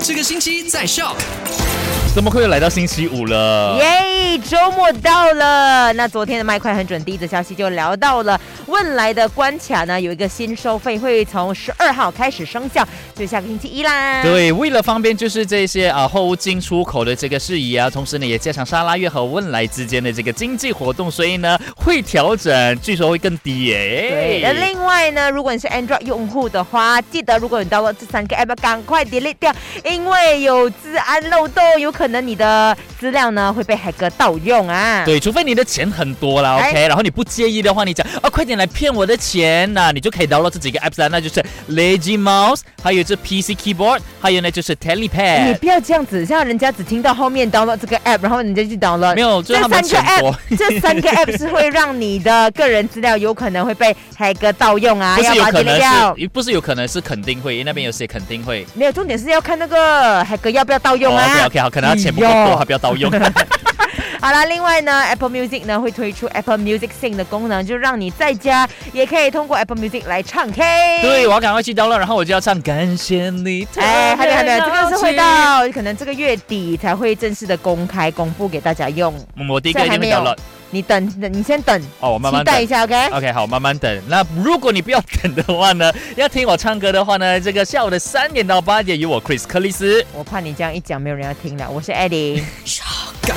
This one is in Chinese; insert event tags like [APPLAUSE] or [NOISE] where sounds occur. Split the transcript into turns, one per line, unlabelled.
这个星期在 Shock。
怎么会来到星期五了？
耶！周末到了，那昨天的麦快很准，第一则消息就聊到了汶莱的关卡呢，有一个新收费会从十二号开始生效，就下个星期一啦。，
对，为了方便就是这些啊后进出口的这个事宜啊，同时呢也加强沙拉越和汶莱之间的这个经济活动，所以呢会调整，据说会更低耶。
对，那另外呢，如果你是 Android 用户的话，记得如果你到了这三个 app，赶快 delete 掉，因为有治安漏洞，有可能你的资料呢会被海哥盗用啊。
对，除非你的钱很多啦
哎
，OK，然后你不介意的话，你讲啊，快点来骗我的钱呐、你就可以 download 这几个 apps 啦，那就是 Lazy Mouse，还有这 PC Keyboard，还有呢就是 Telepad。
哎你不要这样子，像人家只听到后面 download 这个 app，然后你就去 download。
没有，就是他
这三
们
个
全国
app，这三个 app 是会让你的个人资料有可能会被黑哥盗用啊，
不是
要
有
把它
可
delete
能
掉。
是，不是有可能是肯定会，因为那边有些肯定会。
没有，重点是要看那个黑哥要不要盗用啊。
OK OK，好，可哦能他钱不够多，
哟
他不要盗
[LAUGHS]
用。
好啦，另外呢，Apple Music 呢会推出 Apple Music Sing 的功能，就让你在家也可以通过 Apple Music 来唱 K。
对，我要赶快去 download，然后我就要唱感谢你。
哎，还没有还没有，这个是会。到可能这个月底才会正式的公开公布给大家用。
嗯我第一个一定
这
会
啊还没 [LAUGHS]
download
有你等，等你先等，
哦，我慢慢
期待一
等。
下，OK？
OK，好，慢慢等。那如果你不要等的话呢，要听我唱歌的话呢，这个下午的三点到八点，有我 Chris 克里斯。
我怕你这样一讲，没有人要听了。我是 Eddie。
赶